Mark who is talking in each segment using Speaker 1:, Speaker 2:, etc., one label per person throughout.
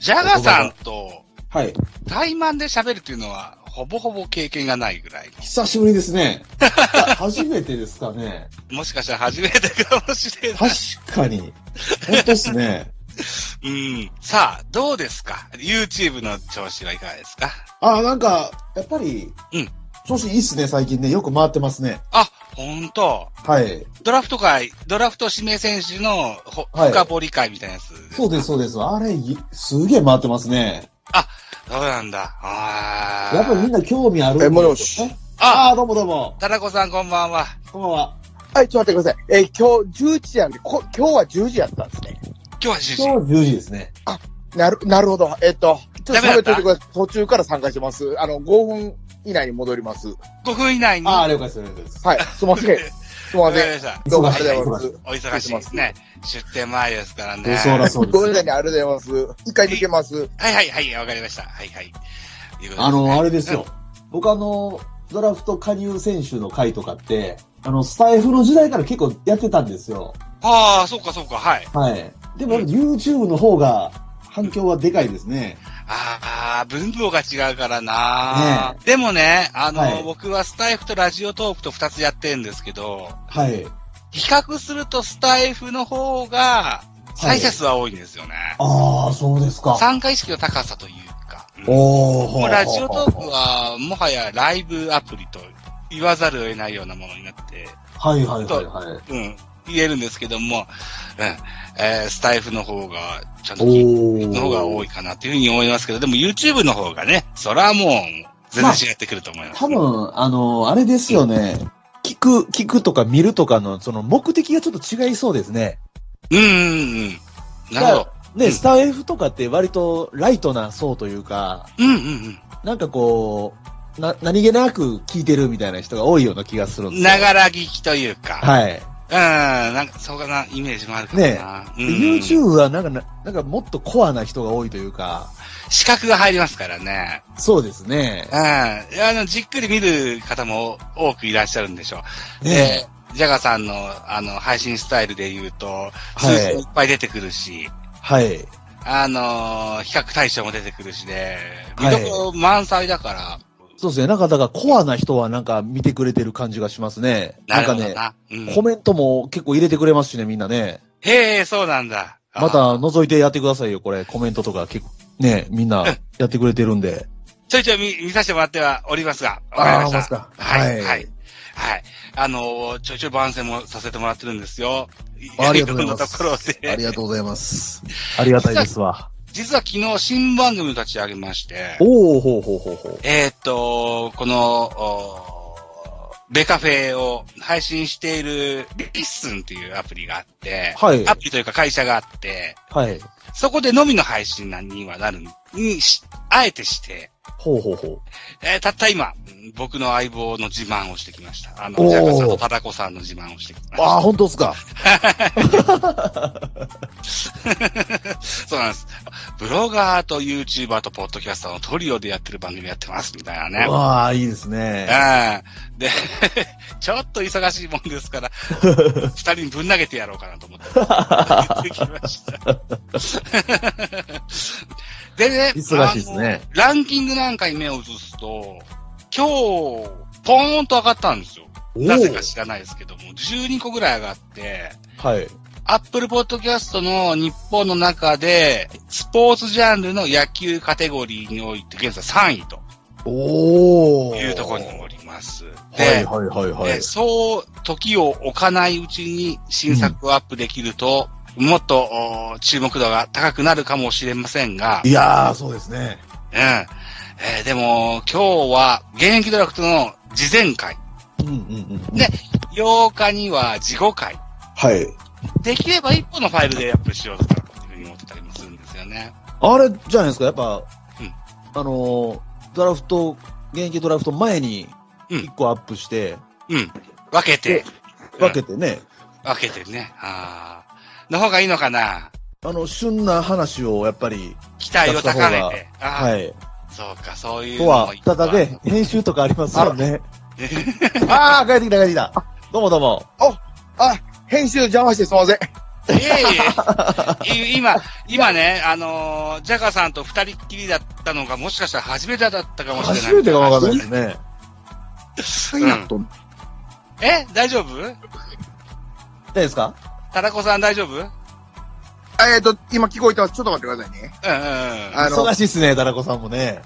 Speaker 1: ジャガさんと
Speaker 2: はい。
Speaker 1: 対マンで喋るっていうのは、ほぼほぼ経験がないぐらい
Speaker 2: 久しぶりですね。 初めてですかね。
Speaker 1: の。もしかしたら初めてかもしれない。
Speaker 2: 確かに。本当ですね。
Speaker 1: うん。さあ、どうですか ?YouTube の調子はいかがですか
Speaker 2: あ、なんか、やっぱり、
Speaker 1: うん
Speaker 2: 調子いいっすね、最近ね。よく回ってますね。
Speaker 1: あ、ほんと。
Speaker 2: はい。
Speaker 1: ドラフト会、ドラフト指名選手のほ
Speaker 2: はい
Speaker 1: 深掘り会みたいなやつ、
Speaker 2: そうです、そうです。あれ、いすげえ回ってますね。
Speaker 1: そうなんだ。ああ。
Speaker 2: やっぱりみんな興味あるんですよね。
Speaker 3: えもしも
Speaker 1: あ
Speaker 2: ああ、どうもどうも。
Speaker 1: タラコさんこんばんは。
Speaker 2: こんばんは。
Speaker 3: はい、ちょっと待ってください。えー今日11時じゃなくて、こ今日は10時やったんですね。
Speaker 1: 今日は
Speaker 2: 今日10時ですね。
Speaker 3: なる、なるほど。えっと、ちょっと
Speaker 1: ダメだ
Speaker 3: 喋
Speaker 1: っ
Speaker 3: ったといてください。途中から参加してます。あの、5分以内に戻ります。
Speaker 1: 10時。5分以内に。
Speaker 2: ああ、了解です、了解です。
Speaker 3: はい、すいません。すい
Speaker 1: わ
Speaker 3: ま
Speaker 1: かり
Speaker 3: せん。
Speaker 1: ました。
Speaker 3: どうもあ
Speaker 2: 忙し
Speaker 3: り
Speaker 2: い
Speaker 3: がとうござい
Speaker 1: お忙しいですね。出店前ですからね。
Speaker 2: そうだそうで
Speaker 3: ごめん
Speaker 2: す。
Speaker 3: なさいね、ありがとうございます。一回抜けます。
Speaker 1: はいはいはい、わかりました。はいはい。ということで
Speaker 2: あの、あれですよ。僕あの、ドラフト加入選手の会とかって、あの、スタイフの時代から結構やってたんですよ。
Speaker 1: ああ、そうかそうか、はい。
Speaker 2: はい。でも YouTube の方が反響はでかいですね。
Speaker 1: ああ、文法が違うからな、でもね、あの、
Speaker 2: はい
Speaker 1: 僕はスタイフとラジオトークと二つやってんですけど、
Speaker 2: はい。
Speaker 1: 比較するとスタイフの方が再生数は多いんですよね。
Speaker 2: ああ、そうですか。
Speaker 1: 参加意識の高さというか。うん
Speaker 2: お
Speaker 1: もうラジオトーク
Speaker 2: は。
Speaker 1: は、もはやライブアプリと言わざるを得ないようなものになって、
Speaker 2: はいはいはいはい。
Speaker 1: うん、言えるんですけども、うん、えースタイフの方が、ちゃんと聞い
Speaker 2: お
Speaker 1: の方が多
Speaker 2: い。
Speaker 1: いかなっていうふうに思いますけど、でも YouTube の方がね、それはもう、全然違ってくると思います、
Speaker 2: 多分、あの、あれですよね。聞く、聞くとか見るとかの、その目的がちょっと違いそうですね。
Speaker 1: うんうんうん。なるほど。う
Speaker 2: で、
Speaker 1: ん
Speaker 2: スタイフとかって割とライトな層というか、
Speaker 1: うんうん
Speaker 2: なんかこう、な、何気なく聞いてるみたいな人が多いような気がする
Speaker 1: う
Speaker 2: んで
Speaker 1: ん。
Speaker 2: すよ。
Speaker 1: ながら聞きというか。
Speaker 2: はい。
Speaker 1: うん、なんか、そうかな、イメージもあるかもな。ね、うん、
Speaker 2: YouTube はなんかな、なんかもっとコアな人が多いというか、
Speaker 1: 資格が入りますからね。
Speaker 2: そうですね
Speaker 1: うん。。あの、じっくり見る方も多くいらっしゃるんでしょう。
Speaker 2: ね
Speaker 1: で、ジャガさんの、あの、配信スタイルで言うと、
Speaker 2: い
Speaker 1: 数字もいっぱい出てくるし、
Speaker 2: はい。
Speaker 1: あのー比較対象も出てくるしね、見
Speaker 2: はい
Speaker 1: どころ満載だから、
Speaker 2: そうですね。なんか、だからコアな人はなんか見てくれてる感じがしますね。
Speaker 1: な
Speaker 2: な
Speaker 1: る
Speaker 2: んか
Speaker 1: ほど
Speaker 2: ね、
Speaker 1: な。うん、
Speaker 2: コメントも結構入れてくれますしね、みんなね。
Speaker 1: へえ、そうなんだ。あー
Speaker 2: また覗いてやってくださいよ、これ。コメントとか結構、ね、みんなやってくれてるんで。
Speaker 1: ちょいちょい見見させてもらってはおりますが、わかりま
Speaker 2: ー
Speaker 1: した。
Speaker 2: すか。
Speaker 1: はい、はい。はい。あのーちょいちょい番宣もさせてもらってるんですよ。
Speaker 2: ありがとうございま
Speaker 1: ろんなところ
Speaker 2: す。あり
Speaker 1: で。
Speaker 2: がとうございます。ありがたいで すわ。
Speaker 1: 実は昨日新番組立ち上げまして、
Speaker 2: おー、ほうほうほうほう。
Speaker 1: えーっと、この、おーベカフェを配信しているリッスンっていうアプリがあって、
Speaker 2: はい
Speaker 1: アプリというか会社があって、
Speaker 2: はい。
Speaker 1: そこでのみの配信なんにはなる、にし、あえてして、
Speaker 2: ほうほうほう。
Speaker 1: えーたった今、うん僕の相棒の自慢をしてきました。あ
Speaker 2: お
Speaker 1: の、
Speaker 2: ー
Speaker 1: ジャガさんとタダコさんの自慢をしてきま
Speaker 2: ああ、
Speaker 1: し
Speaker 2: 本当ですか。
Speaker 1: た。 そうなんです。ブロガーと YouTuber とポッドキャスターのトリオでやってる番組やってます、みたいなね。
Speaker 2: わあ、いいですね。
Speaker 1: うん。で、 ちょっと忙しいもんです から、二人にぶん投げてやろうかなと思って、やってきました。でね、
Speaker 2: 忙しいですね
Speaker 1: あのランキングなんかに目を移すと、今日、ポーンと上がったんですよ。
Speaker 2: お
Speaker 1: なぜか
Speaker 2: ー
Speaker 1: 知らないですけども、12個ぐらい上がって、
Speaker 2: はい。
Speaker 1: Apple Podcast の日本の中で、スポーツジャンルの野球カテゴリーにおいて、現在3位と
Speaker 2: おー。
Speaker 1: いうところにおります。で、
Speaker 2: はいはいはいは
Speaker 1: え
Speaker 2: い。
Speaker 1: そう時を置かないうちに新作をアップできると、もっとお注目度が高くなるかもしれませんが、
Speaker 2: いやー、そうですね。
Speaker 1: うんえーでも今日は現役ドラフトの事前回、
Speaker 2: うんうんうん。
Speaker 1: で、8日には事後回、
Speaker 2: はい。
Speaker 1: できれば1個のファイルでアップしようとかっていうふうに思ってたりもするんですよね。
Speaker 2: あれじゃないですか、やっぱ、
Speaker 1: うん
Speaker 2: あのー、ドラフト、現役ドラフト前に、
Speaker 1: うん
Speaker 2: 一個アップして、
Speaker 1: うん。分けて、うん
Speaker 2: 分けてね、
Speaker 1: 分けてね。ああ。の方がいいのかな
Speaker 2: あの、旬な話をやっぱり、
Speaker 1: 期待を高めて。ああ、
Speaker 2: はい。
Speaker 1: そうか、そういう
Speaker 2: と
Speaker 1: のも
Speaker 2: はい
Speaker 1: っ、ぱ
Speaker 2: た
Speaker 1: い
Speaker 2: だ ね、編集とかありますよね。
Speaker 1: ね
Speaker 2: ああ、帰ってきた、帰ってきた。どうもどうも。
Speaker 3: 編集邪魔してすみません。
Speaker 1: いえいえ、 い今、今ね、あのージャガーさんと二人っきりだったのが、もしかしたら初めてだったかもしれない。
Speaker 2: 初めてかわかんないですね。
Speaker 3: スイナットン。
Speaker 1: え大丈夫
Speaker 2: 大丈夫ですか
Speaker 1: タラコさん大丈夫うんうんうん。
Speaker 3: えっと、今聞こえてます。ちょっと待ってくださいね。
Speaker 1: あ
Speaker 3: あの
Speaker 2: 忙、しいっすね、タラコさんもね。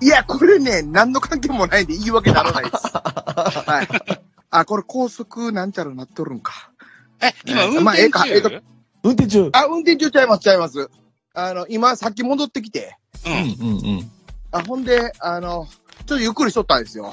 Speaker 3: いや、これね、何の関係もないんで言い訳ならないです。はい。あ、これ高速なんちゃらなっとるんか。
Speaker 1: え、今運
Speaker 3: まあええ
Speaker 1: 転
Speaker 3: か
Speaker 1: 中、
Speaker 3: ええか
Speaker 2: 運転中。
Speaker 3: あ、運転中ちゃいます、ちゃいます。あの、今、さっき戻ってきて、
Speaker 1: う。
Speaker 2: うんんうんうん。
Speaker 3: あ、ほんで、あの、ちょっとゆっくりしとったんですよ。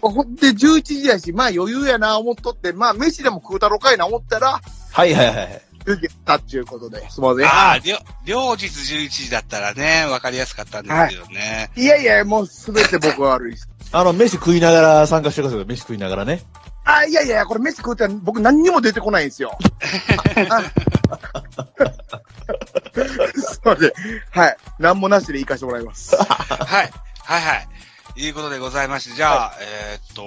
Speaker 3: ほんで、11時やし、まあ余裕やな、思っとって、まあ飯でも食うたろかいな、思ったら、
Speaker 2: はいはいはい。
Speaker 3: 10時やったっていうことで、すみません。
Speaker 1: ああ、りょ両日11時だったらね、わかりやすかったんですよね。
Speaker 3: いやいや、もうすべて僕が悪いです。
Speaker 2: あの、飯食いながら参加してください。飯食いながらね。
Speaker 3: あ、いやいや、これ飯食うたら僕何にも出てこないんで すよ。あすいません。はい。何もなしで行かしてもらいます。
Speaker 1: はい。はい、はい、はい。いうことでございまして、じゃあ、えーっと、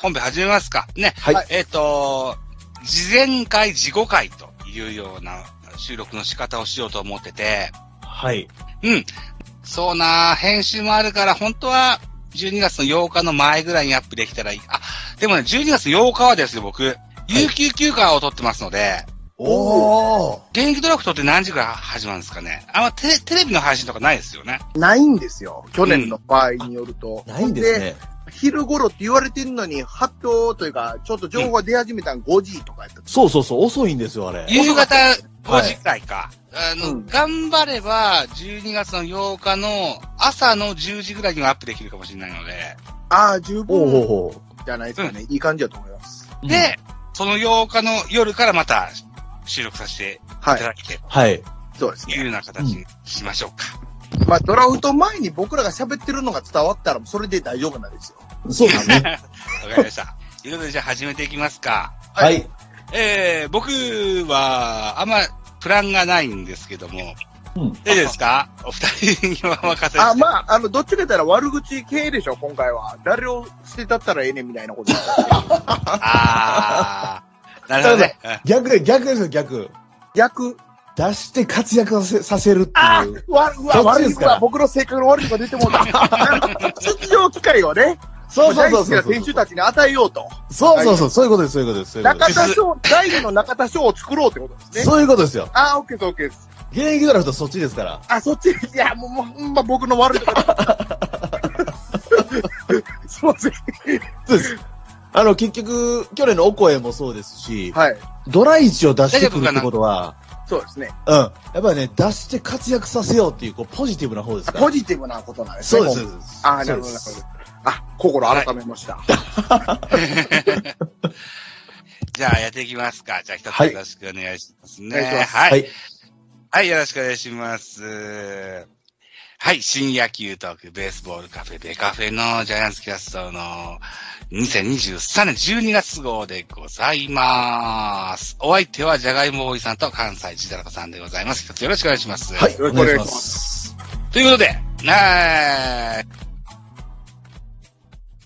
Speaker 1: 本編始めますか。ね。
Speaker 2: はい
Speaker 1: えーっと、事前会、事後会というような収録の仕方をしようと思ってて、
Speaker 2: はい。
Speaker 1: そうなあ編集もあるから、本当は、12月の8日の前ぐらいにアップできたらいい。あ、でもね、12月8日はですね、僕、有給休暇を取ってますので、
Speaker 2: おー。
Speaker 1: 現役ドラフトって何時から始まるんですかねあんまテレテレビの配信とかないですよね。
Speaker 3: ないんですよ。去年の場合によると。
Speaker 2: ないんですね。
Speaker 3: 昼頃って言われてんのに、発表というか、ちょっと情報が出始めたの5時とかやった。
Speaker 2: そうそうそう、遅いんですよ、あれ。
Speaker 1: 夕方5
Speaker 2: はい
Speaker 1: 時くらいか。あの、
Speaker 3: うん
Speaker 1: 頑張れば、12月の8日の朝の10時ぐらいにはアップできるかもしれないので、
Speaker 3: ああ、
Speaker 2: お
Speaker 3: 十
Speaker 2: うおう
Speaker 3: 分
Speaker 2: おう
Speaker 3: じゃないですかね。いい感じだと思います。
Speaker 2: うん
Speaker 1: で、その8日の夜からまた収録させてい
Speaker 3: は
Speaker 1: た
Speaker 3: い。
Speaker 1: だいて、
Speaker 2: はい。
Speaker 3: そうです
Speaker 1: という
Speaker 3: ね。
Speaker 1: ような形にしましょうか。
Speaker 3: まあ、ドラフト前に僕らが喋ってるのが伝わったら、それで大丈夫なんですよ。
Speaker 2: そうですね。
Speaker 1: わ、かりました。 ということで、じゃあ始めていきますか。
Speaker 2: はい。
Speaker 1: えー、僕は、あんま、プランがないんですけども。
Speaker 2: うん
Speaker 1: 大丈夫ですかお二人にはお任せして。
Speaker 3: あ、ま あ、あの、どっちか言ったら悪口系でしょ、今回は。誰を捨てたったらええねんみたいなこと。
Speaker 1: あー。なるほどね。
Speaker 2: 逆で、逆ですよ、 逆。
Speaker 3: 逆。
Speaker 2: 出して活躍させさせるって
Speaker 3: あ
Speaker 2: いう。
Speaker 3: わ、うわ、
Speaker 2: どっち
Speaker 3: 悪
Speaker 2: で
Speaker 3: い
Speaker 2: すか
Speaker 3: わ。僕の性格の悪いの出てもうた。 出場機会をね、
Speaker 2: そうそうそうそ
Speaker 3: 大
Speaker 2: う
Speaker 3: 好きな選手たちに与えようと。
Speaker 2: そうそうそう、そういうことです、そういうことです。そういうこと
Speaker 3: 中
Speaker 2: です
Speaker 3: 田賞、第二の中田賞を作ろうってことですね。
Speaker 2: そういうことですよ。
Speaker 3: ああ、オッケーです、オッケーです。
Speaker 2: 現役ドラフトそっちですから。
Speaker 3: あ、そっち、いや、もう、もう、ほんま僕の悪いと こだ。すいません。
Speaker 2: そうです。あの、結局、去年のお声もそうですし、
Speaker 3: はい。
Speaker 2: ドラ1を出してくるってことは、
Speaker 3: そうですね。
Speaker 2: うん。やっぱりね、出して活躍させようっていう、こう、ポジティブな方ですから。
Speaker 3: ポジティブなことなんですね。
Speaker 2: そうです。
Speaker 3: もう。
Speaker 2: そうです
Speaker 3: ああ、なるほど、なる
Speaker 2: そう
Speaker 3: ほ
Speaker 2: です
Speaker 3: ど。あ、心改めました。
Speaker 1: じゃあやっていきますか。じゃあ一つ
Speaker 2: はい
Speaker 1: よろしくお願いしますね。
Speaker 3: お願いします
Speaker 1: はい。は
Speaker 2: はいい。
Speaker 1: よろしくお願いします。はい、新野球トーク、ベースボールカフェ、ベカフェのジャイアンツキャストの2023年12月号でございます。お相手はジャガイモおじさんと関西ジダラコさんでございます。一つよろしくお願いします。
Speaker 2: はい。
Speaker 3: よろ
Speaker 2: お
Speaker 3: しくお
Speaker 2: 願
Speaker 3: 願
Speaker 2: い
Speaker 3: い
Speaker 2: し
Speaker 3: し
Speaker 2: ま。
Speaker 3: ます
Speaker 1: ということで、えー